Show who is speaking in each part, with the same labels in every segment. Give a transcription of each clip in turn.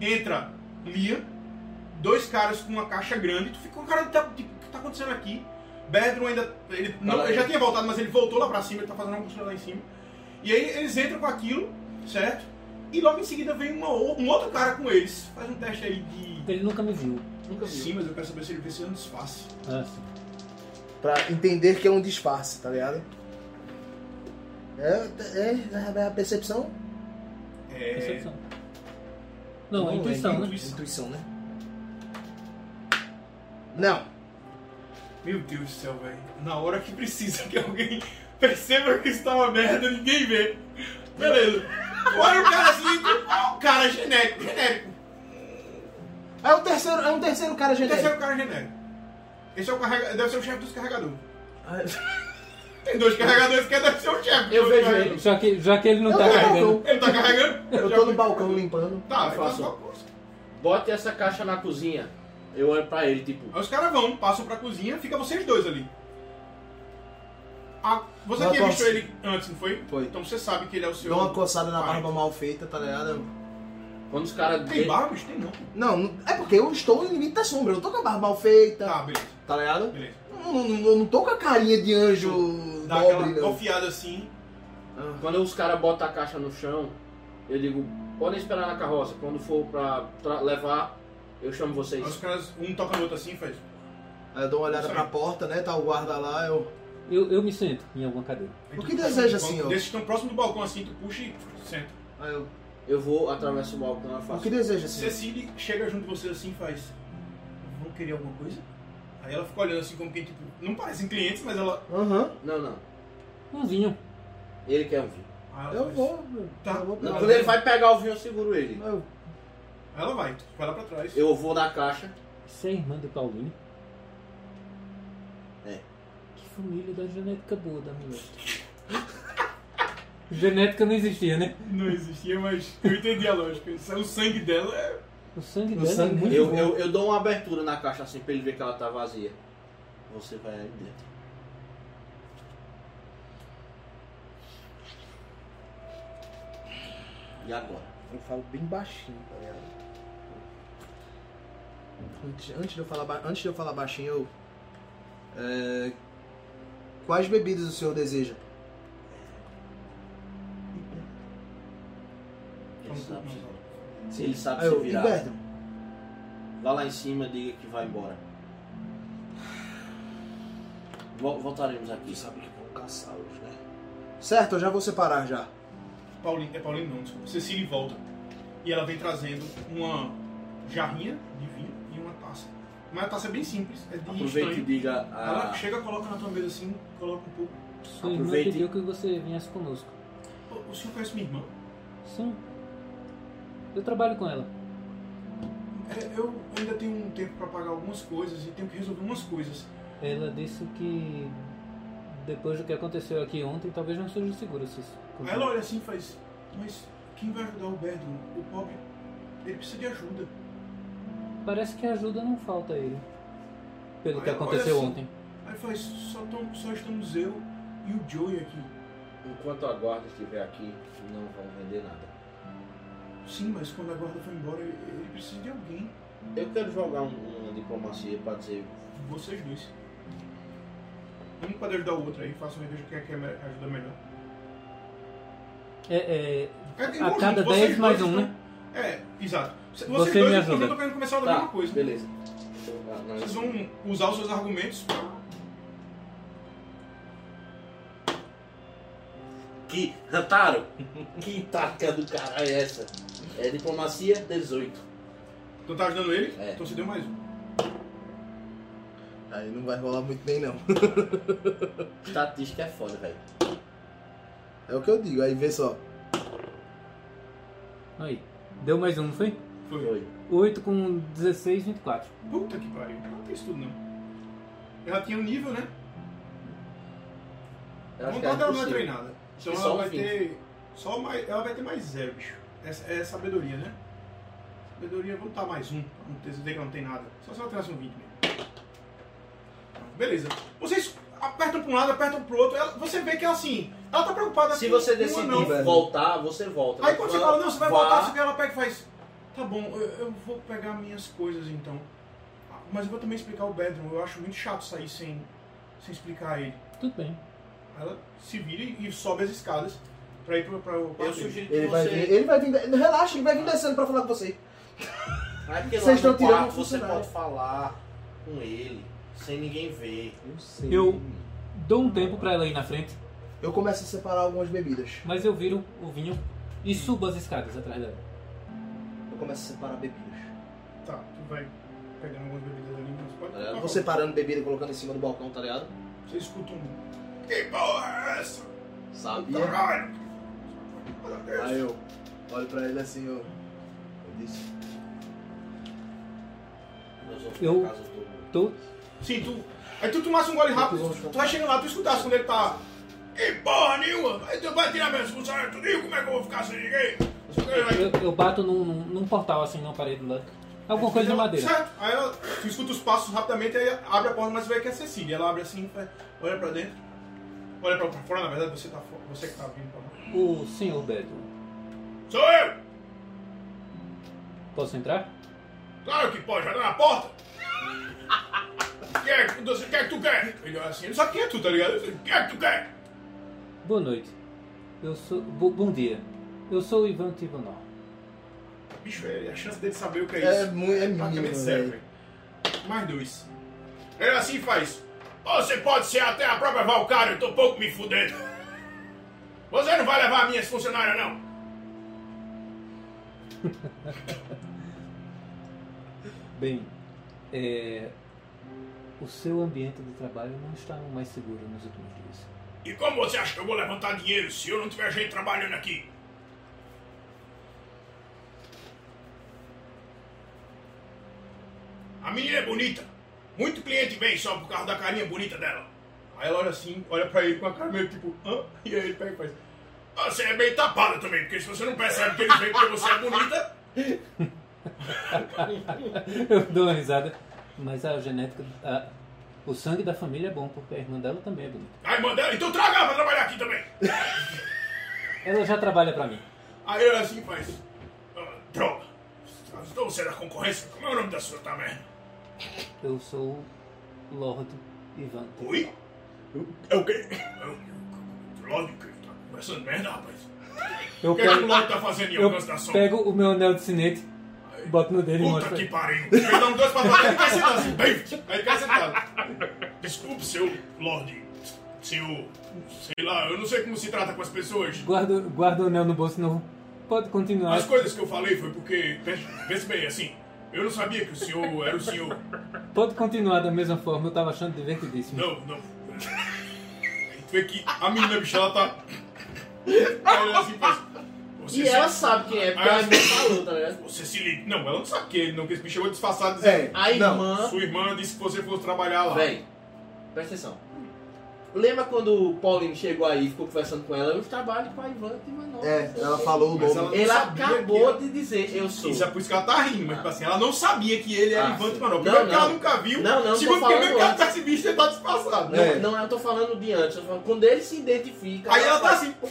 Speaker 1: entra Lia, dois caras com uma caixa grande, tu fica com cara, tá, tipo, o que tá acontecendo aqui? Bedroom ainda. Ele, não,
Speaker 2: Fala aí.
Speaker 1: ele já tinha voltado, mas ele voltou lá pra cima, ele tá fazendo uma construção lá em cima. E aí eles entram com aquilo, certo? E logo em seguida vem uma o- um outro cara com eles. Faz um teste aí de.
Speaker 3: Ele nunca me viu.
Speaker 2: Nunca vi.
Speaker 1: Sim, mas eu quero saber se ele precisa de um disfarce.
Speaker 3: Ah, sim.
Speaker 4: Pra entender que é um disfarce, tá ligado? É, é, é a percepção?
Speaker 1: É.
Speaker 3: Percepção. Não, é intuição, né?
Speaker 1: intuição.
Speaker 4: Intuição, né? Não.
Speaker 1: Meu Deus do céu, velho. Na hora que precisa que alguém perceba que isso tá uma merda, ninguém vê. Beleza. Olha o cara assim, o cara genérico, genérico.
Speaker 4: É um terceiro, é um terceiro cara
Speaker 1: Esse é
Speaker 4: genérico.
Speaker 1: o cara genérico. Esse é o carregador, deve ser o chefe dos carregadores.
Speaker 4: Ah,
Speaker 1: Tem dois carregadores que deve ser o chefe.
Speaker 2: Eu
Speaker 1: dos
Speaker 2: vejo
Speaker 1: carregadores.
Speaker 2: ele.
Speaker 3: Já que, já que ele não
Speaker 4: Eu um.
Speaker 3: tá
Speaker 4: tô
Speaker 1: Ele
Speaker 4: no balcão.
Speaker 3: carregando.
Speaker 1: tá carregando?
Speaker 4: Eu tô no balcão limpando.
Speaker 1: Tá,
Speaker 4: Eu
Speaker 1: faço.
Speaker 4: faço.
Speaker 2: Bote essa caixa na cozinha. Eu olho pra ele, tipo.
Speaker 1: Aí os caras vão, passam pra cozinha, fica vocês dois ali. Ah, você
Speaker 4: Dá
Speaker 1: tinha
Speaker 4: uma
Speaker 1: visto
Speaker 4: coça.
Speaker 1: ele antes, não foi?
Speaker 4: Foi.
Speaker 1: Então você sabe que ele é o seu.
Speaker 4: Dou uma coçada na
Speaker 1: pai.
Speaker 4: barba mal feita, tá ligado?
Speaker 2: Quando os caras.
Speaker 1: Tem barba? bicho? Tem não.
Speaker 4: Não, não- é porque eu estou no limite da sombra. Eu tô com a barba mal feita,
Speaker 1: Tá, beleza,
Speaker 4: tá ligado?
Speaker 1: beleza.
Speaker 4: Não, não, não, eu não tô com a carinha de anjo
Speaker 1: Dá
Speaker 4: nobre,
Speaker 1: aquela
Speaker 4: não.
Speaker 1: confiada assim.
Speaker 4: Ah,
Speaker 2: Quando os caras botam a caixa no chão, eu digo, podem esperar na carroça. Quando for pra, pra levar, eu chamo
Speaker 4: É
Speaker 1: Aí
Speaker 2: vocês.
Speaker 1: os caras, um toca no outro assim e faz.
Speaker 4: Aí Ah, eu dou uma olhada
Speaker 1: Sai.
Speaker 4: pra porta, né? Tá o guarda lá, eu.
Speaker 3: Eu, eu me sento em alguma cadeira.
Speaker 1: Aí
Speaker 4: O
Speaker 1: tu
Speaker 4: que
Speaker 1: puxa
Speaker 4: deseja,
Speaker 1: um banco
Speaker 4: senhor?
Speaker 1: Desses que estão próximo do balcão assim, tu puxa e senta.
Speaker 4: Aí eu.
Speaker 2: Eu vou, atravesso o balcão, eu
Speaker 4: O
Speaker 2: faço.
Speaker 4: que deseja, senhor?
Speaker 1: Cecily chega junto de vocês assim e faz. Vão querer alguma coisa? Aí ela fica olhando assim como quem, tipo, não parecem clientes, mas ela.
Speaker 4: Aham.
Speaker 2: Não, não.
Speaker 3: Um vinho.
Speaker 2: Ele quer um vinho.
Speaker 1: Ah, ela
Speaker 4: Eu
Speaker 1: faz.
Speaker 4: vou. meu.
Speaker 1: Tá.
Speaker 4: Eu vou
Speaker 2: Não,
Speaker 4: pegar.
Speaker 2: quando ele vai pegar o vinho, eu seguro ele.
Speaker 4: Eu-
Speaker 1: Aí Ela vai, tu vai lá pra trás.
Speaker 2: Eu vou na caixa.
Speaker 3: Você é irmã do Paulinho?
Speaker 2: É.
Speaker 3: Que família da genética boa da mulher. genética não existia, né?
Speaker 1: Não existia, mas eu entendi a lógica. Isso é O sangue dela é.
Speaker 3: O sangue
Speaker 4: O
Speaker 3: dela
Speaker 4: sangue-
Speaker 3: é muito
Speaker 2: Eu,
Speaker 3: bom.
Speaker 2: eu, eu dou uma abertura na caixa assim pra ele ver que ela tá vazia. Você vai ali dentro. E agora?
Speaker 4: Eu falo bem baixinho, tá ligado? Antes, antes de, eu falar, ba- antes de eu falar baixinho, eu. é, quais bebidas o senhor deseja?
Speaker 2: Ele sabe se- se
Speaker 4: Sim.
Speaker 2: ele
Speaker 1: Ah,
Speaker 2: sabe
Speaker 4: Aí
Speaker 2: se
Speaker 4: eu,
Speaker 2: virar.
Speaker 4: Iberdon,
Speaker 2: Vá lá em cima, diga que vai embora. Vol- Voltaremos aqui.
Speaker 4: sabe que vão caçar hoje, né? Certo, eu já vou separar já.
Speaker 1: Paulinho, é Paulinho não, desculpa. Cecily volta. E ela vem trazendo uma jarrinha de vinho e uma taça. Mas a taça é bem simples, é de
Speaker 2: Aproveite e
Speaker 1: estanho.
Speaker 2: diga ah,
Speaker 1: Ela
Speaker 2: a.
Speaker 1: chega, coloca na tua mesa assim, coloca um pouco.
Speaker 3: Sua irmã
Speaker 2: aproveite-
Speaker 3: pediu que você viesse conosco.
Speaker 1: "Ô, O senhor conhece minha irmã?
Speaker 3: Sim. Eu trabalho com ela.
Speaker 1: É, eu ainda tenho um tempo pra pagar algumas coisas e tenho que resolver umas coisas.
Speaker 3: Ela disse que depois do que aconteceu aqui ontem, talvez não seja seguro se isso
Speaker 1: Aí
Speaker 3: continuar.
Speaker 1: ela olha assim e faz: Mas quem vai ajudar o Bedo? O pobre, ele precisa de ajuda.
Speaker 3: Parece que ajuda não falta a ele. Pelo que
Speaker 1: Olha- olha
Speaker 3: aconteceu
Speaker 1: assim.
Speaker 3: ontem.
Speaker 1: Aí faz: Só, tão- só estamos eu e o Joey aqui.
Speaker 2: Enquanto a guarda estiver aqui, não vão vender nada.
Speaker 1: Sim, mas quando a guarda foi embora, ele precisa de alguém.
Speaker 2: Eu quero jogar um- uma diplomacia pra dizer
Speaker 1: Vocês dois. Um pode ajudar o outro aí, faça uma veja quem é que me- ajuda melhor.
Speaker 3: É, é,
Speaker 1: É, em
Speaker 3: A
Speaker 1: conjunto,
Speaker 3: cada
Speaker 1: vocês
Speaker 3: 10 mais
Speaker 1: dois
Speaker 3: um,
Speaker 1: estão- É, exato. Vocês dois
Speaker 3: Você me
Speaker 1: em
Speaker 3: ajuda.
Speaker 1: conjunto estão querendo começar a dar
Speaker 2: Tá,
Speaker 1: alguma coisa.
Speaker 2: beleza. ah, Na- na-
Speaker 1: Vocês vão usar os seus argumentos pra
Speaker 2: Que, Rantaro, que tática do caralho é essa? É diplomacia 18.
Speaker 1: Tu tá ajudando ele?
Speaker 2: É.
Speaker 1: Então você deu mais um.
Speaker 4: Aí não vai rolar muito bem, não.
Speaker 2: Estatística é foda, velho.
Speaker 4: É o que eu digo, aí vê só.
Speaker 3: aí. Deu mais um, não foi?
Speaker 1: Foi.
Speaker 2: Foi.
Speaker 3: 8 com 16, 24.
Speaker 1: Puta que pariu. Não tem isso tudo não. Ela tinha um nível, né?
Speaker 2: Eu acho que
Speaker 1: Vontade
Speaker 2: é
Speaker 1: ela não é
Speaker 2: impossível.
Speaker 1: treinada. Então
Speaker 2: que
Speaker 1: ela
Speaker 2: só um
Speaker 1: vai
Speaker 2: vinte.
Speaker 1: ter. Só mais. Ela vai ter mais zero, bicho. Essa é sabedoria, né? Sabedoria, vou botar mais um. pra Não ter dizer que ela não tem nada. Só se ela tivesse um 20 mesmo. Beleza. Vocês apertam pra um lado, apertam pro outro. ela- você vê que ela assim. Ela tá preocupada
Speaker 2: Se
Speaker 1: com
Speaker 2: você
Speaker 1: uma, não.
Speaker 2: decidir
Speaker 4: velho.
Speaker 2: voltar, você volta.
Speaker 1: Aí quando você fala, não, você vai
Speaker 2: Vá.
Speaker 1: voltar, você vê ela pega e faz. Tá bom, eu, eu vou pegar minhas coisas então. Ah, Mas eu vou também explicar o bedroom. Eu acho muito chato sair sem, sem explicar ele.
Speaker 3: Tudo bem.
Speaker 1: Ela se vira e e sobe as escadas pra ir pro, pra, o
Speaker 5: Eu
Speaker 1: quarto dele.
Speaker 5: sugiro que
Speaker 4: Ele
Speaker 5: você.
Speaker 4: vai vir. Ele vai vir. Relaxa, ele vai vir descendo pra falar com você.
Speaker 5: Vai porque
Speaker 4: Vocês
Speaker 5: lá
Speaker 4: estão
Speaker 5: no
Speaker 4: tirando
Speaker 5: quarto
Speaker 4: o
Speaker 5: você
Speaker 4: funcionário.
Speaker 5: pode falar com ele, sem ninguém ver.
Speaker 4: Eu sei.
Speaker 3: Eu- Dou um tempo pra ela ir na frente,
Speaker 4: Eu começo a separar algumas bebidas.
Speaker 3: mas eu viro o vinho e subo as escadas atrás dela.
Speaker 4: Eu começo a separar bebidas.
Speaker 1: Tá, tu vai pegando algumas bebidas ali, mas pode.
Speaker 4: Tá ligado?
Speaker 1: tá
Speaker 4: Eu
Speaker 1: bom.
Speaker 4: Vou separando bebida e colocando em cima do balcão, tá ligado?
Speaker 1: Você escuta um. Que porra é essa?
Speaker 4: Sabia?
Speaker 1: Caralho!
Speaker 4: Aí eu olho pra ele assim, eu. Eu disse.
Speaker 5: Nós vamos
Speaker 3: Eu-
Speaker 5: pra casa do.
Speaker 3: Tô.
Speaker 1: Sim, tu. Aí tu tomasse um gole rápido, tu vai chegando lá, tu escutasse quando ele tá. Que porra nenhuma! Aí tu vai tirar minhas funcionárias, tu diz como é que eu vou ficar sem ninguém?
Speaker 3: Eu, eu bato num, num- num portal assim na parede do lado. Alguma coisa de
Speaker 1: Ela-
Speaker 3: madeira.
Speaker 1: Certo. Aí ela, tu escuta os passos rapidamente, aí abre a porta, mas vê que é Cecília. Ela abre assim, vai- olha pra dentro, olha pra, pra fora, na verdade você, tá, fo- você que tá vindo pra fora.
Speaker 3: O senhor Bedroom.
Speaker 1: Sou eu!
Speaker 3: Posso entrar?
Speaker 1: Claro que pode, vai lá na porta! Quer que você quer que tu quer? Ele olha assim, ele sabe quem é tu, tá ligado? Ele diz, Quem é que tu quer?
Speaker 3: Boa noite. Eu sou. bo- bom dia. Eu sou o Ivan Tibonor.
Speaker 1: Bicho, é, a chance dele saber o que é
Speaker 4: É,
Speaker 1: isso.
Speaker 4: mu- é mínimo,
Speaker 1: Praticamente zero,
Speaker 4: velho.
Speaker 1: velho. Mais dois. Ele assim faz. Você pode ser até a própria Valkyrie, eu tô pouco me fudendo. Você não vai levar minhas funcionárias, não.
Speaker 3: Bem, é, o seu ambiente de trabalho não está no mais seguro nos últimos dias.
Speaker 1: E como você acha que eu vou levantar dinheiro se eu não tiver gente trabalhando aqui? A menina é bonita. Muito cliente vem só por causa da carinha bonita dela. Aí ela olha assim, olha pra ele com a cara meio tipo, hã? E aí ele pega e faz. "Ah, Você é bem tapada também, porque se você não percebe que ele vem porque você é bonita.
Speaker 3: Eu dou uma risada, mas a genética. a- o sangue da família é bom, porque a irmã dela também é bonita.
Speaker 1: Aí manda ela, então traga ela pra trabalhar aqui também.
Speaker 3: Ela já trabalha pra mim.
Speaker 1: Aí ela assim faz. "Ah, droga. Então você é da concorrência? Como é o nome da sua tá merda?
Speaker 3: Eu sou o Lord Ivan. Tibonor.
Speaker 1: Oi? É o quê? É o- Lógico que tá conversando merda, rapaz.
Speaker 3: Eu
Speaker 1: O que é que o
Speaker 3: pego,
Speaker 1: Lorde tá fazendo em
Speaker 3: eu
Speaker 1: alcance da sombra?
Speaker 3: pego é. o meu anel de sinete, boto no dele e
Speaker 1: Puta
Speaker 3: mostro.
Speaker 1: que pariu. Eu dou um dois pra bater, ele cai sentado assim. bem, Aí ele cai sentado. Desculpe, seu Lorde. Seu... Sei lá, eu não sei como se trata com as pessoas.
Speaker 3: Guardo, guardo o anel no bolso novo. Pode continuar.
Speaker 1: As coisas que eu falei foi porque... Pense bem, assim... Eu não sabia que o senhor era o senhor.
Speaker 3: Pode continuar da mesma forma, eu tava achando divertidíssimo.
Speaker 1: Não, não. Tu vê que a menina, bicho, ela tá... Aí ele assim faz... "Você
Speaker 5: E
Speaker 1: se-
Speaker 5: ela sabe quem é, porque
Speaker 1: Ah,
Speaker 5: ela me falou, tá ligado?
Speaker 1: Você se liga. Não, ela não sabe que ele não, que esse bicho chegou disfarçado
Speaker 4: É,
Speaker 1: dizendo.
Speaker 5: A
Speaker 4: não.
Speaker 5: irmã.
Speaker 1: Sua irmã disse que você fosse trabalhar lá.
Speaker 5: Véi, presta atenção. Lembra quando o Paulinho chegou aí e ficou conversando com ela? Eu trabalho com a Ivan e Manoel.
Speaker 4: É, ela falou o
Speaker 1: Mas
Speaker 4: nome.
Speaker 1: ela-
Speaker 5: Ele
Speaker 1: sabia
Speaker 5: acabou de dizer, eu sou.
Speaker 1: Isso é por isso que ela tá rindo, mas
Speaker 5: Ah.
Speaker 1: tipo assim, ela não sabia que ele era
Speaker 5: Ah,
Speaker 1: Ivan
Speaker 5: sim. Não,
Speaker 1: Timanov. Primeiro que
Speaker 5: não.
Speaker 1: ela nunca viu.
Speaker 5: Não, não, tô
Speaker 1: Segundo, porque mesmo
Speaker 5: falando
Speaker 1: que ela
Speaker 5: antes.
Speaker 1: tá se bicho, ele tá disfarçado.
Speaker 5: Não,
Speaker 4: É.
Speaker 5: não, eu tô falando de antes. Eu tô falando, quando ele se identifica.
Speaker 1: Aí ela tá
Speaker 5: fala,
Speaker 1: assim. pô.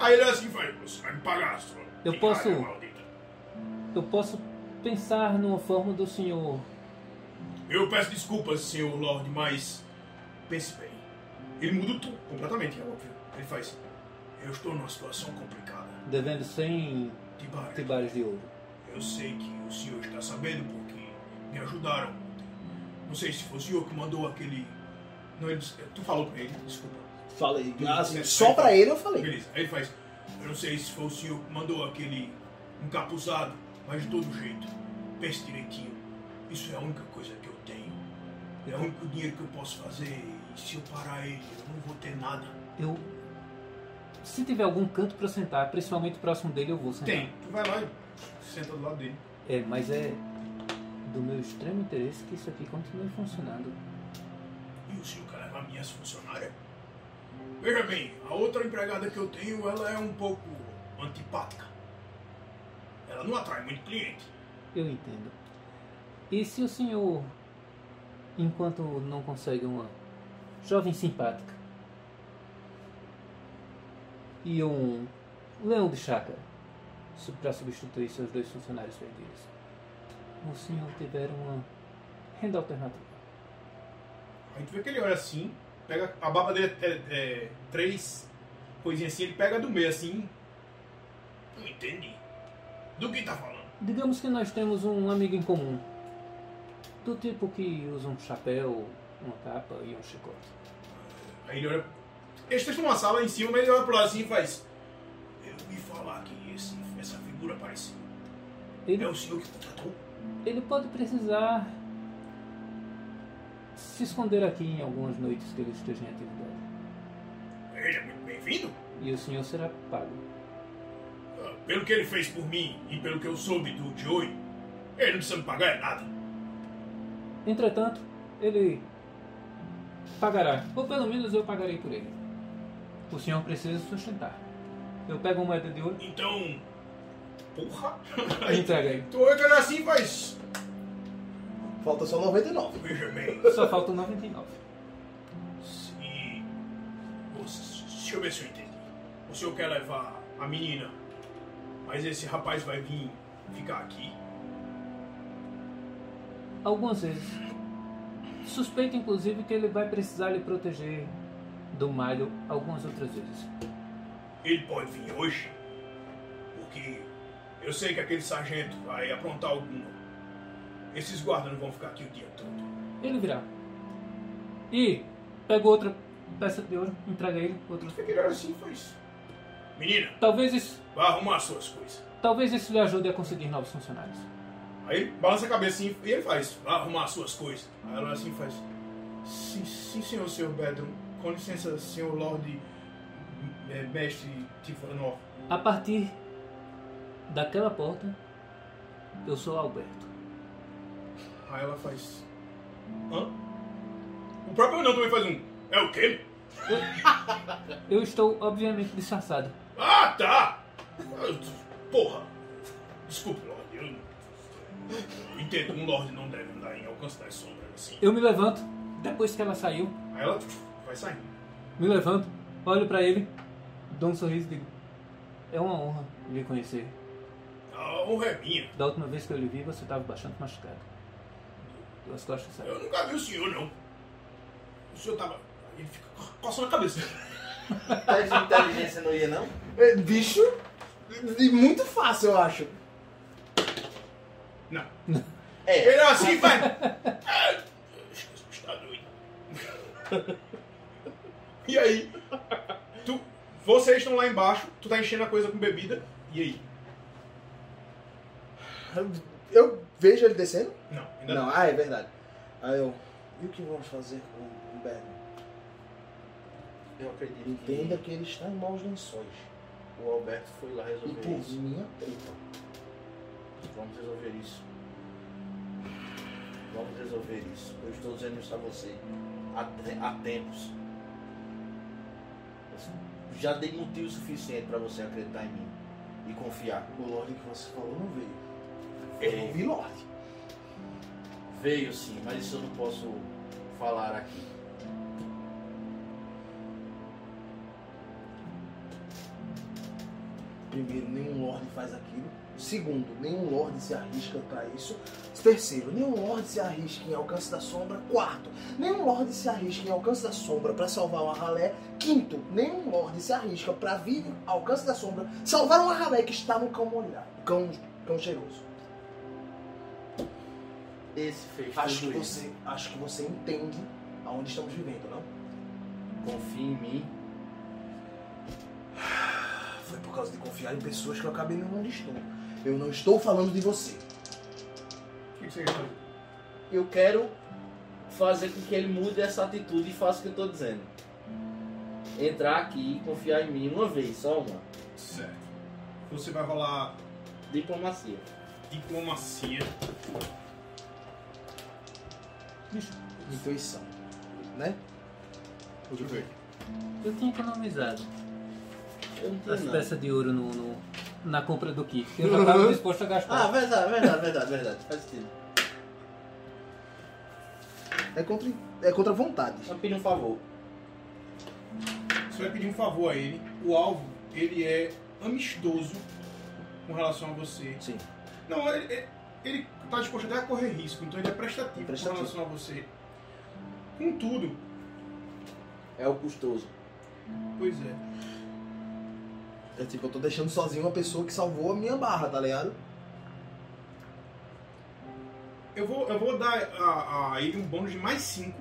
Speaker 1: Aí ele é assim, vai, você vai me pagar, sua.
Speaker 3: Eu
Speaker 1: migalha
Speaker 3: posso-
Speaker 1: maldita.
Speaker 3: Eu posso pensar numa forma do senhor.
Speaker 1: Eu peço desculpas, senhor Lorde, mas. Pense bem. Ele muda tudo completamente, é óbvio. Ele faz. Eu estou numa situação complicada.
Speaker 3: devendo 100
Speaker 1: Tibara.
Speaker 3: tibares de ouro.
Speaker 1: Eu sei que o senhor está sabendo porque me ajudaram. Não sei se foi o senhor que mandou aquele. Não, ele... disse- Tu falou pra ele, desculpa.
Speaker 4: Falei. Assim, só pra ele eu falei.
Speaker 1: Beleza. Aí ele faz. Eu não sei se foi o senhor que mandou aquele encapuzado, mas de todo jeito. Pense direitinho. Isso é a única coisa que eu tenho. É o único dinheiro que eu posso fazer. E se eu parar ele, eu não vou ter nada.
Speaker 3: Eu. Se tiver algum canto pra sentar, principalmente próximo dele, eu vou sentar.
Speaker 1: Tu vai lá e senta do lado dele.
Speaker 3: É, mas é do meu extremo interesse que isso aqui continue funcionando.
Speaker 1: E o é senhor quer levar minhas funcionárias? Veja bem, a outra empregada que eu tenho, ela é um pouco antipática. Ela não atrai muito cliente.
Speaker 3: Eu entendo. E se o senhor, enquanto não consegue uma jovem simpática e um leão de chácara, su- para substituir seus dois funcionários perdidos. O senhor tiver uma renda alternativa.
Speaker 1: A gente vê que ele olha assim, pega a barba dele é, é, três coisinhas assim, ele pega do meio assim. Não entendi. Do que tá falando?
Speaker 3: Digamos que nós temos um amigo em comum. Do tipo que usa um chapéu, uma capa e um chicote.
Speaker 1: Aí ele olha. Eles estão numa sala em cima, mas ele olha pro lado assim e faz. Eu ouvi falar que esse, essa figura apareceu.
Speaker 3: Ele-
Speaker 1: É o senhor que contratou?
Speaker 3: Ele pode precisar se esconder aqui em algumas noites que ele esteja em atividade.
Speaker 1: Ele é muito bem-vindo?
Speaker 3: E o senhor será pago.
Speaker 1: Ah, Pelo que ele fez por mim e pelo que eu soube do Joey, ele não precisa me pagar é nada.
Speaker 3: Entretanto, ele pagará. Ou pelo menos eu pagarei por ele. O senhor precisa sustentar. Eu pego uma moeda de ouro
Speaker 1: Então. Porra!
Speaker 3: e entrego aí.
Speaker 1: Tu olha assim e faz.
Speaker 4: Falta só 99.
Speaker 1: Veja bem.
Speaker 3: Só falta 99.
Speaker 1: E. Nossa, Deixa eu ver se eu entendi. O senhor quer levar a menina, mas esse rapaz vai vir ficar aqui.
Speaker 3: Algumas vezes. Suspeito, inclusive, que ele vai precisar lhe proteger do malho algumas outras vezes.
Speaker 1: Ele pode vir hoje, porque eu sei que aquele sargento vai aprontar alguma. Esses guardas não vão ficar aqui o dia todo.
Speaker 3: Ele virá. E pego outra peça de ouro, entrega ele, outro.
Speaker 1: Por que ele olha assim e faz? Menina,
Speaker 3: Talvez isso,
Speaker 1: vai arrumar suas coisas.
Speaker 3: talvez isso lhe ajude a conseguir novos funcionários.
Speaker 1: Aí ele balança a cabeça assim, e ele faz, vai arrumar suas coisas. Aí ela olha assim e faz. Sim, sim, senhor, senhor Bedron. Com licença, senhor Lorde é, Mestre Tifanov.
Speaker 3: A partir daquela porta, eu sou Alberto.
Speaker 1: Aí ela faz. Hã? O próprio não também faz um. É o quê?
Speaker 3: Eu estou, obviamente, disfarçado.
Speaker 1: Ah, tá! "Ah, Porra! Desculpe, Lorde, eu não. eu entendo, um Lorde não deve andar em alcance das sombras assim.
Speaker 3: Eu me levanto, depois que ela saiu,
Speaker 1: Aí ela vai saindo.
Speaker 3: me levanto, olho pra ele, dou um sorriso e digo: É uma honra lhe conhecer.
Speaker 1: A honra é minha.
Speaker 3: Da última vez que eu lhe vi, você estava bastante machucado. Duas costas saíram.
Speaker 1: Eu nunca vi o senhor, não. O senhor tava. Ele fica coçando a cabeça.
Speaker 2: Teste de inteligência não ia, não?
Speaker 4: É, bicho, e muito fácil, eu acho.
Speaker 1: Não.
Speaker 2: É.
Speaker 1: Ele assim vai. Ah, Acho que esse bicho tá doido. E aí? Tu, vocês estão lá embaixo, tu tá enchendo a coisa com bebida. E aí?
Speaker 4: Eu vejo ele descendo?
Speaker 1: Não, ainda não.
Speaker 4: Não, ah, é verdade. Aí eu, e o que vamos fazer com o Berno?
Speaker 2: Eu acredito que
Speaker 4: Entenda que ele está em maus lençóis.
Speaker 2: o Alberto foi lá
Speaker 4: E
Speaker 2: resolver
Speaker 4: por
Speaker 2: isso.
Speaker 4: minha treta.
Speaker 2: Vamos resolver isso. Vamos resolver isso. Eu estou dizendo isso a você há, te- há tempos. Eu Já dei motivo suficiente para você acreditar em mim e confiar.
Speaker 4: O Lorde que você falou não veio. Eu não
Speaker 2: Veio,
Speaker 4: vi Lorde.
Speaker 2: veio sim, mas isso eu não posso falar aqui.
Speaker 4: Primeiro, nenhum Lorde faz aquilo. Segundo, nenhum Lorde se arrisca pra isso. Terceiro, nenhum Lorde se arrisca em alcance da sombra. Quarto, nenhum Lorde se arrisca em alcance da sombra pra salvar uma ralé. Quinto, nenhum Lorde se arrisca pra vir ao alcance da sombra salvar uma ralé que está no cão molhado, cão, cão cheiroso.
Speaker 2: Esse fez
Speaker 4: Acho que,
Speaker 2: tudo isso.
Speaker 4: você, acho que você entende aonde estamos vivendo, não?
Speaker 2: Confie em mim.
Speaker 4: Ah, Foi por causa de confiar em pessoas que eu acabei não onde estou. Eu não estou falando de você.
Speaker 1: O que que você quer fazer?
Speaker 2: Eu quero fazer com que ele mude essa atitude e faça o que eu tô dizendo. Entrar aqui e confiar em mim uma vez, só uma.
Speaker 1: Certo. Você vai rolar
Speaker 2: Diplomacia.
Speaker 1: diplomacia.
Speaker 4: Intuição, né?
Speaker 1: Deixa eu ver.
Speaker 3: Eu tinha economizado
Speaker 2: Eu não tenho
Speaker 3: as
Speaker 2: nada.
Speaker 3: peças de ouro no, no- na compra do kit. Eu já estava disposto a
Speaker 2: Ah,
Speaker 3: gastar.
Speaker 2: verdade, verdade, verdade, verdade. Faz sentido.
Speaker 4: É contra, é contra vontade.
Speaker 2: Só pedir um favor.
Speaker 1: Você vai pedir um favor a ele. O alvo, ele é amistoso com relação a você.
Speaker 4: Sim.
Speaker 1: Não, ele, ele- ele tá disposto até a correr risco, então ele é prestativo,
Speaker 4: Prestativo.
Speaker 1: com relação a você. Contudo,
Speaker 2: É o custoso.
Speaker 1: pois é.
Speaker 4: É tipo, eu tô deixando sozinho uma pessoa que salvou a minha barra, tá ligado?
Speaker 1: Eu vou, eu vou dar a, a ele um bônus de mais 5,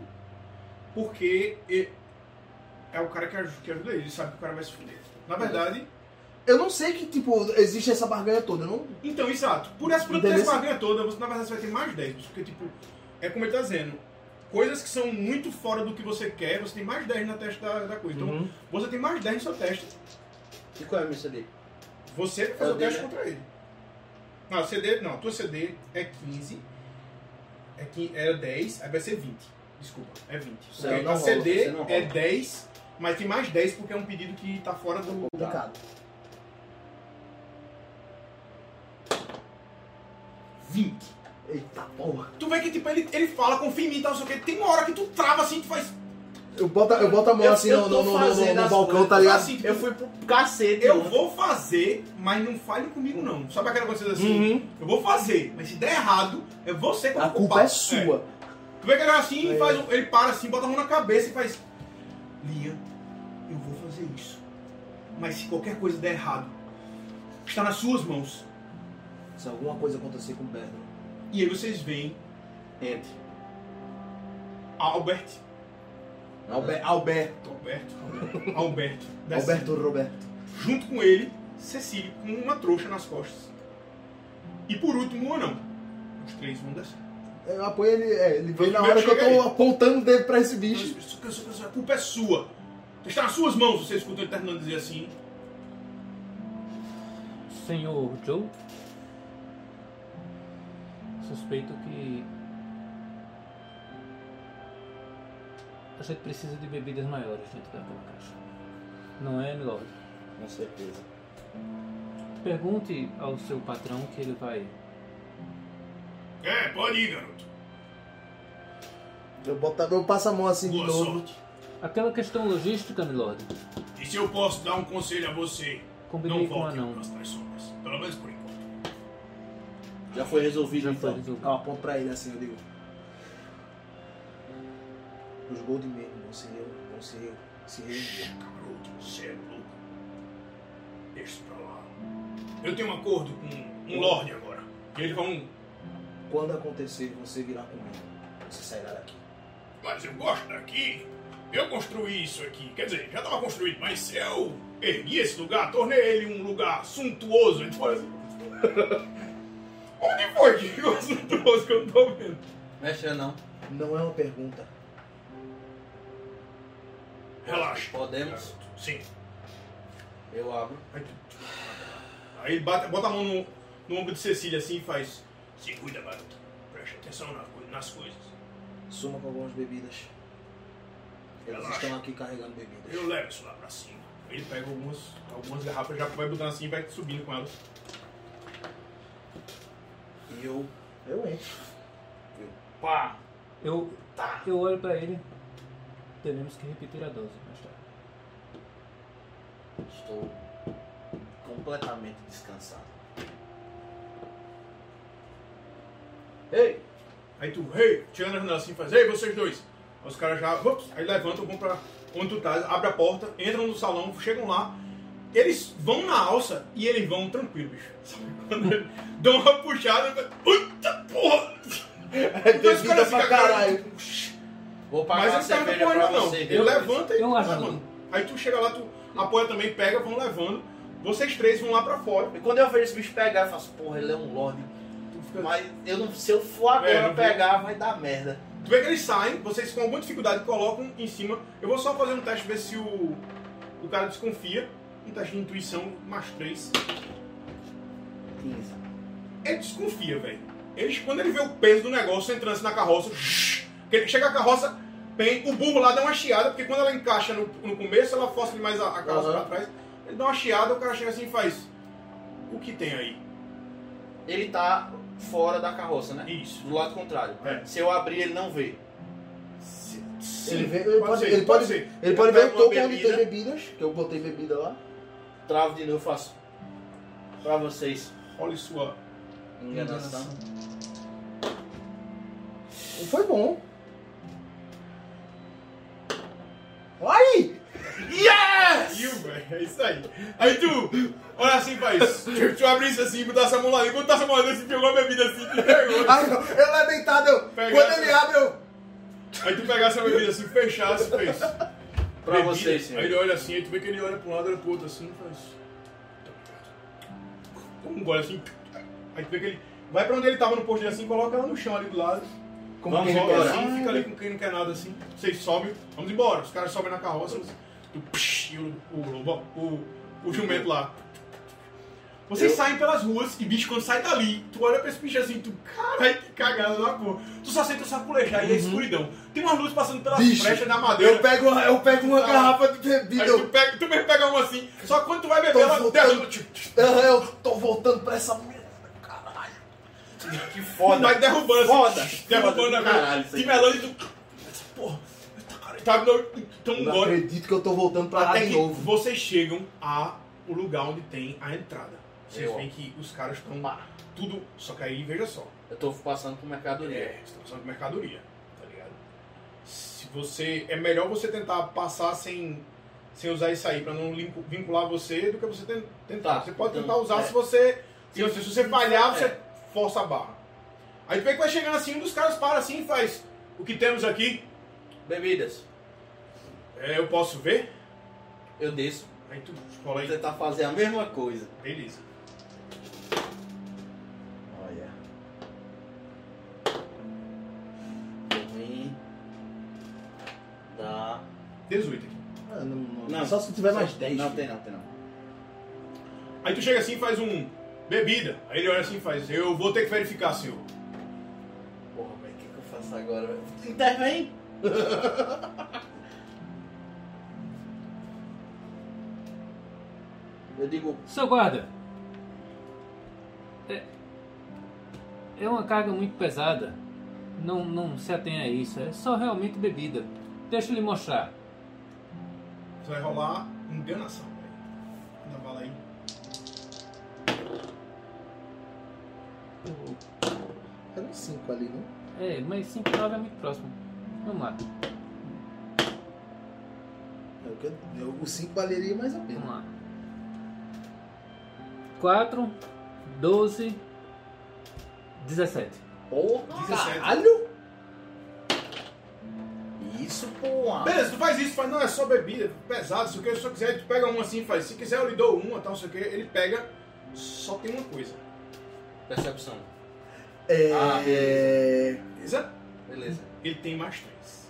Speaker 1: porque e- é o cara que aj- que ajuda ele, ele sabe que o cara vai se fuder. Na verdade,
Speaker 4: Eu não sei que, tipo, existe essa barganha toda. Eu não.
Speaker 1: então, exato. Por essa, por
Speaker 4: Beleza.
Speaker 1: essa barganha toda, você, na verdade você vai ter mais 10, porque, tipo, é como ele tá dizendo, coisas que são muito fora do que você quer, você tem mais 10 na testa da, da coisa. Então,
Speaker 4: Uhum.
Speaker 1: você tem mais 10 na sua testa,
Speaker 2: E qual é a missa dele?
Speaker 1: você vai fazer
Speaker 2: Eu
Speaker 1: o teste
Speaker 2: dei, né?
Speaker 1: contra ele. Não, CD, não, tua CD é 15, é quin- era 10, aí vai ser 20. Desculpa, é 20.
Speaker 2: Você
Speaker 1: Porque
Speaker 2: não
Speaker 1: a
Speaker 2: rola,
Speaker 1: CD
Speaker 2: você não rola.
Speaker 1: é 10, mas tem mais 10 porque é um pedido que tá fora do.
Speaker 4: Complicado.
Speaker 1: 20.
Speaker 4: Eita porra.
Speaker 1: Tu vê que tipo, ele, ele fala, confia em mim e tal, não sei o que. Tem uma hora que tu trava assim, tu faz.
Speaker 4: Eu boto, eu boto a mão
Speaker 2: Eu-
Speaker 4: assim
Speaker 2: eu
Speaker 4: no, no,
Speaker 2: tô
Speaker 4: no, no,
Speaker 2: fazendo
Speaker 4: no
Speaker 2: as
Speaker 4: balcão,
Speaker 2: coisas.
Speaker 4: tá ligado?
Speaker 1: assim, tipo,
Speaker 2: Eu fui pro cacete.
Speaker 1: eu
Speaker 2: ontem.
Speaker 1: vou fazer, mas não fale comigo não. Sabe aquela coisa assim?
Speaker 4: Uhum.
Speaker 1: Eu vou fazer, mas se der errado, é você que
Speaker 4: A
Speaker 1: vai
Speaker 4: culpa
Speaker 1: culpar.
Speaker 4: é sua.
Speaker 1: Tu vê que ele é assim,
Speaker 4: É.
Speaker 1: faz, um- ele para assim, bota a mão na cabeça e faz. Lia, eu vou fazer isso. Mas se qualquer coisa der errado, está nas suas mãos.
Speaker 4: Se alguma coisa acontecer com o Berno.
Speaker 1: E aí vocês veem
Speaker 2: Entre.
Speaker 1: Albert.
Speaker 4: Alber, Alberto.
Speaker 1: Alberto. Alberto. desce,
Speaker 4: Alberto Roberto.
Speaker 1: Junto com ele, Cecília, com uma trouxa nas costas. E por último, o anão. Os três vão descer.
Speaker 4: Eu apoio ele. É, ele veio na
Speaker 1: Primeiro
Speaker 4: hora que eu tô
Speaker 1: chega aí.
Speaker 4: apontando o dedo pra esse
Speaker 1: Isso-
Speaker 4: bicho.
Speaker 1: isso- isso- isso- A culpa é sua. Está nas suas mãos, você escuta ele terminando de dizer assim.
Speaker 3: Senhor Joe, suspeito que a gente precisa de bebidas maiores dentro daquela caixa. Não é, Milord?
Speaker 2: Com certeza.
Speaker 3: Pergunte ao seu patrão que ele vai.
Speaker 1: É, pode ir, garoto.
Speaker 4: Eu, boto, eu passo a mão assim
Speaker 1: Boa
Speaker 4: de novo.
Speaker 1: sorte.
Speaker 3: Aquela questão logística, Milord.
Speaker 1: E se eu posso dar um conselho a você,
Speaker 3: Combinei
Speaker 1: não
Speaker 3: com o
Speaker 1: volte
Speaker 3: anão.
Speaker 1: nas três sombras. Pelo menos por enquanto.
Speaker 2: Já foi resolvido,
Speaker 3: Já foi
Speaker 2: então.
Speaker 3: resolvido.
Speaker 4: Eu aponto pra ele assim, eu digo. Os Golden Men vão se reunir, vão se reunir, se reunir.
Speaker 1: Garoto, você é louco. Deixa isso pra lá. Eu tenho um acordo com um lorde agora. E eles vão.
Speaker 4: Quando acontecer, você virá comigo. Você sairá daqui.
Speaker 1: Mas eu gosto daqui. Eu construí isso aqui. Quer dizer, já estava construído, mas eu ergui esse lugar, tornei ele um lugar suntuoso. A gente fala assim. Onde foi que ficou suntuoso que eu não tô vendo?
Speaker 2: Mexe não.
Speaker 4: Não é uma pergunta.
Speaker 1: Relaxa.
Speaker 2: Podemos.
Speaker 1: Sim.
Speaker 2: Eu abro.
Speaker 1: Aí tu- Aí ele bate- bota a mão no, no ombro de Cecília assim e faz: Se cuida, garoto. Preste atenção na coi- nas coisas.
Speaker 4: Suma com algumas bebidas. Eles
Speaker 1: Relaxa.
Speaker 4: estão aqui carregando bebidas.
Speaker 1: Eu levo isso lá pra cima. Ele pega algumas, algumas garrafas, já vai botando assim e vai subindo com elas.
Speaker 2: E eu.
Speaker 4: Eu entro.
Speaker 1: Pá!
Speaker 3: Eu,
Speaker 1: Tá.
Speaker 3: eu olho pra ele. Teremos que repetir a dose mais tarde.
Speaker 2: Estou completamente descansado. Ei!
Speaker 1: Aí tu, ei, tira na janela assim e faz: Ei, vocês dois! Aí os caras já, ups, aí levantam, vão pra onde tu tá, abre a porta, entram no salão, chegam lá. Eles vão na alça e eles vão tranquilo, bicho. Sabe quando eles dão uma puxada e vai, Eita porra!
Speaker 4: É
Speaker 1: Dois
Speaker 4: bebida
Speaker 1: caras ficam,
Speaker 4: pra
Speaker 1: Então cara,
Speaker 4: caralho.
Speaker 2: Vou pagar
Speaker 1: Mas
Speaker 2: a
Speaker 1: eles não
Speaker 2: cerveja
Speaker 1: estão
Speaker 2: pra
Speaker 1: correndo, não.
Speaker 2: você.
Speaker 1: Ele levanta e
Speaker 3: eu
Speaker 1: vai
Speaker 3: ajudo.
Speaker 1: levando. Aí tu chega lá, tu apoia também, pega, vão levando. Vocês três vão lá pra fora.
Speaker 2: E quando eu vejo esse bicho pegar, eu faço, porra, ele é um lorde.
Speaker 1: Tu, fica-
Speaker 2: Mas eu não, se eu for agora
Speaker 1: É, não vê.
Speaker 2: pegar, vai dar merda.
Speaker 1: tu vê que eles saem, vocês com alguma dificuldade colocam em cima. Eu vou só fazer um teste, ver se o, o cara desconfia. Um teste de intuição, mais três.
Speaker 2: 15.
Speaker 1: Ele desconfia, velho. Eles, quando ele vê o peso do negócio entrando assim na carroça, que ele chega a carroça, bem, o burro lá dá uma chiada, porque quando ela encaixa no, no começo, ela força demais a, a carroça
Speaker 4: Aham.
Speaker 1: pra trás. Ele dá uma chiada, o cara chega assim e faz. O que tem aí?
Speaker 2: Ele tá fora da carroça, né?
Speaker 1: Isso.
Speaker 2: Do lado contrário.
Speaker 1: É.
Speaker 2: Se eu abrir, ele não vê.
Speaker 1: Sim,
Speaker 4: Ele vê- ele pode- ele pode-
Speaker 1: ser.
Speaker 4: Ele pode
Speaker 1: pega
Speaker 4: ver
Speaker 1: uma
Speaker 4: o topo onde tem
Speaker 1: bebida.
Speaker 4: bebidas, que eu botei bebida lá.
Speaker 2: Travo de novo, faço. pra vocês.
Speaker 1: Olhe sua
Speaker 2: Enganação.
Speaker 4: E foi bom. Ai!
Speaker 1: Viu, velho? É isso aí. Aí tu olha assim, faz. Tu, tu abre isso assim, botar essa mão lá dentro. Quando tá essa mão lá dentro, você pegou a bebida assim, tu pegou.
Speaker 4: Ai, não. Eu lá deitado, eu...
Speaker 1: Pega
Speaker 4: Quando
Speaker 1: essa.
Speaker 4: ele abre, eu...
Speaker 1: Aí tu pegasse a bebida assim, fechasse, fez.
Speaker 2: Pra vocês, senhor.
Speaker 1: Aí ele olha assim, aí tu vê que ele olha pra um lado, olha pro outro assim, faz. Toma Um gole assim. Aí tu vê que ele vai pra onde ele tava no posto dele assim, coloca ela no chão ali do lado.
Speaker 4: Como
Speaker 2: Vamos
Speaker 4: que ele
Speaker 2: embora.
Speaker 4: quer?
Speaker 1: Assim, fica ali com quem não quer nada assim. Vocês sobem, vamos embora. Os caras sobem na carroça. você- tu, psh, e o, o, lobo- o, o jumento lá. Vocês saem pelas ruas e bicho, quando sai dali, tu olha pra esse bicho assim, tu, caralho, que cagada da porra. Tu só sente o saculejar e a é escuridão. Tem umas luzes passando pelas
Speaker 4: Bicho,
Speaker 1: brechas da madeira.
Speaker 4: Eu pego, eu pego uma
Speaker 1: Ah.
Speaker 4: garrafa de
Speaker 1: Aí
Speaker 4: bebida,
Speaker 1: tu,
Speaker 4: eu...
Speaker 1: pega, tu mesmo pega uma assim, só que quando tu vai beber,
Speaker 4: Tô
Speaker 1: ela
Speaker 4: voltando.
Speaker 1: derruba. Tipo,
Speaker 4: eu tô voltando pra essa merda, caralho.
Speaker 2: Que foda.
Speaker 1: Vai derrubando assim.
Speaker 2: Foda.
Speaker 1: Derrubando a cara.
Speaker 2: Caralho, isso aí.
Speaker 1: Timelando e tu. Essa porra. Tá, cara, tá, não, então,
Speaker 4: Não
Speaker 1: bora.
Speaker 4: acredito que eu tô voltando pra lá
Speaker 1: Até
Speaker 4: de
Speaker 1: que
Speaker 4: novo.
Speaker 1: vocês chegam a o lugar onde tem a entrada. Vocês
Speaker 2: Eu.
Speaker 1: veem que os caras estão lá. Tudo. Só que aí, veja só.
Speaker 2: Eu tô passando por mercadoria.
Speaker 1: É, estão usando mercadoria, tá ligado? Se você. É melhor você tentar passar sem. Sem usar isso aí, pra não lin- vincular você, do que você ten- tentar.
Speaker 2: Tá,
Speaker 1: Você pode
Speaker 2: então,
Speaker 1: tentar usar
Speaker 2: é.
Speaker 1: se você. Se você, se você falhar,
Speaker 2: É.
Speaker 1: você força a barra. Aí tu vê que vai chegando assim, um dos caras para assim e faz. O que temos aqui?
Speaker 2: Bebidas.
Speaker 1: É, eu posso ver?
Speaker 2: Eu desço.
Speaker 1: Aí tu escola
Speaker 2: Vou
Speaker 1: aí.
Speaker 2: tentar fazer a mesma coisa.
Speaker 1: Beleza.
Speaker 2: Olha. Deu ruim. Dá.
Speaker 1: 18 aqui.
Speaker 4: Ah, não, não.
Speaker 2: Não.
Speaker 4: Só se tiver mais 10.
Speaker 2: Não, tem não, tem não.
Speaker 1: Aí tu chega assim e faz um bebida. Aí ele olha assim e faz, eu vou ter que verificar, senhor.
Speaker 2: Porra, velho, o que, que eu faço agora? velho? Intervém! Eu digo,
Speaker 3: Seu guarda. É, é uma carga muito pesada. Não, não se atenha a isso. É só realmente bebida. Deixa eu lhe mostrar.
Speaker 1: Você vai rolar enganação, velho. Manda bala aí.
Speaker 4: Era um 5 ali, né?
Speaker 3: É, mas 5 e 9 é muito próximo. Vamos lá,
Speaker 4: É o que eu- eu- O 5 valeria mais a
Speaker 3: vamos
Speaker 4: pena.
Speaker 3: lá. 4, 12, 17.
Speaker 2: porra!
Speaker 1: 17.
Speaker 4: Caralho!
Speaker 2: Isso, porra!
Speaker 1: Beleza, tu faz isso, faz, não, é só bebida, pesado, se o que, se eu quiser, tu pega um assim e faz, se quiser eu lhe dou uma, tal, não sei o que, ele pega, só tem uma coisa.
Speaker 2: Percepção.
Speaker 4: É...
Speaker 2: Ah,
Speaker 4: 예.
Speaker 1: Beleza?
Speaker 2: Beleza.
Speaker 1: Ele tem mais três.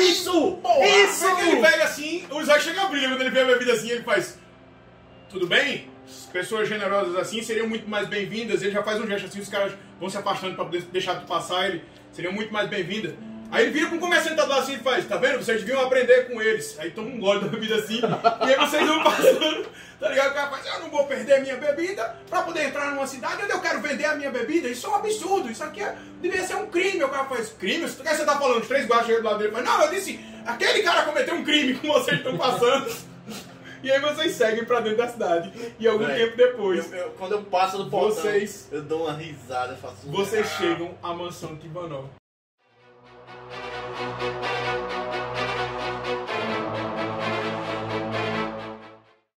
Speaker 2: Isso!
Speaker 1: Só que ele pega assim, o Isaac chega a brilha quando ele vê a bebida assim, ele faz, tudo bem? Pessoas generosas assim seriam muito mais bem-vindas, ele já faz um gesto assim, os caras vão se afastando pra poder deixar tu passar, ele seriam muito mais bem-vindas. Aí ele vira pra um comerciante lá assim e faz, tá vendo? Vocês deviam aprender com eles. Aí toma um gole da bebida assim, e aí vocês vão passando, tá ligado? O cara faz, eu não vou perder minha bebida pra poder entrar numa cidade onde eu quero vender a minha bebida. Isso é um absurdo, isso aqui é, deveria ser um crime. O cara faz, crime? O que você tá falando? Os três guardas chegam do lado dele e falam, não, eu disse, aquele cara cometeu um crime com vocês estão passando. E aí vocês seguem pra dentro da cidade. E algum
Speaker 2: Véi,
Speaker 1: tempo depois,
Speaker 2: Eu- eu- quando eu passo do portão,
Speaker 1: Vocês-
Speaker 2: eu dou uma risada, faço um-
Speaker 1: vocês chegam à mansão Tibanó.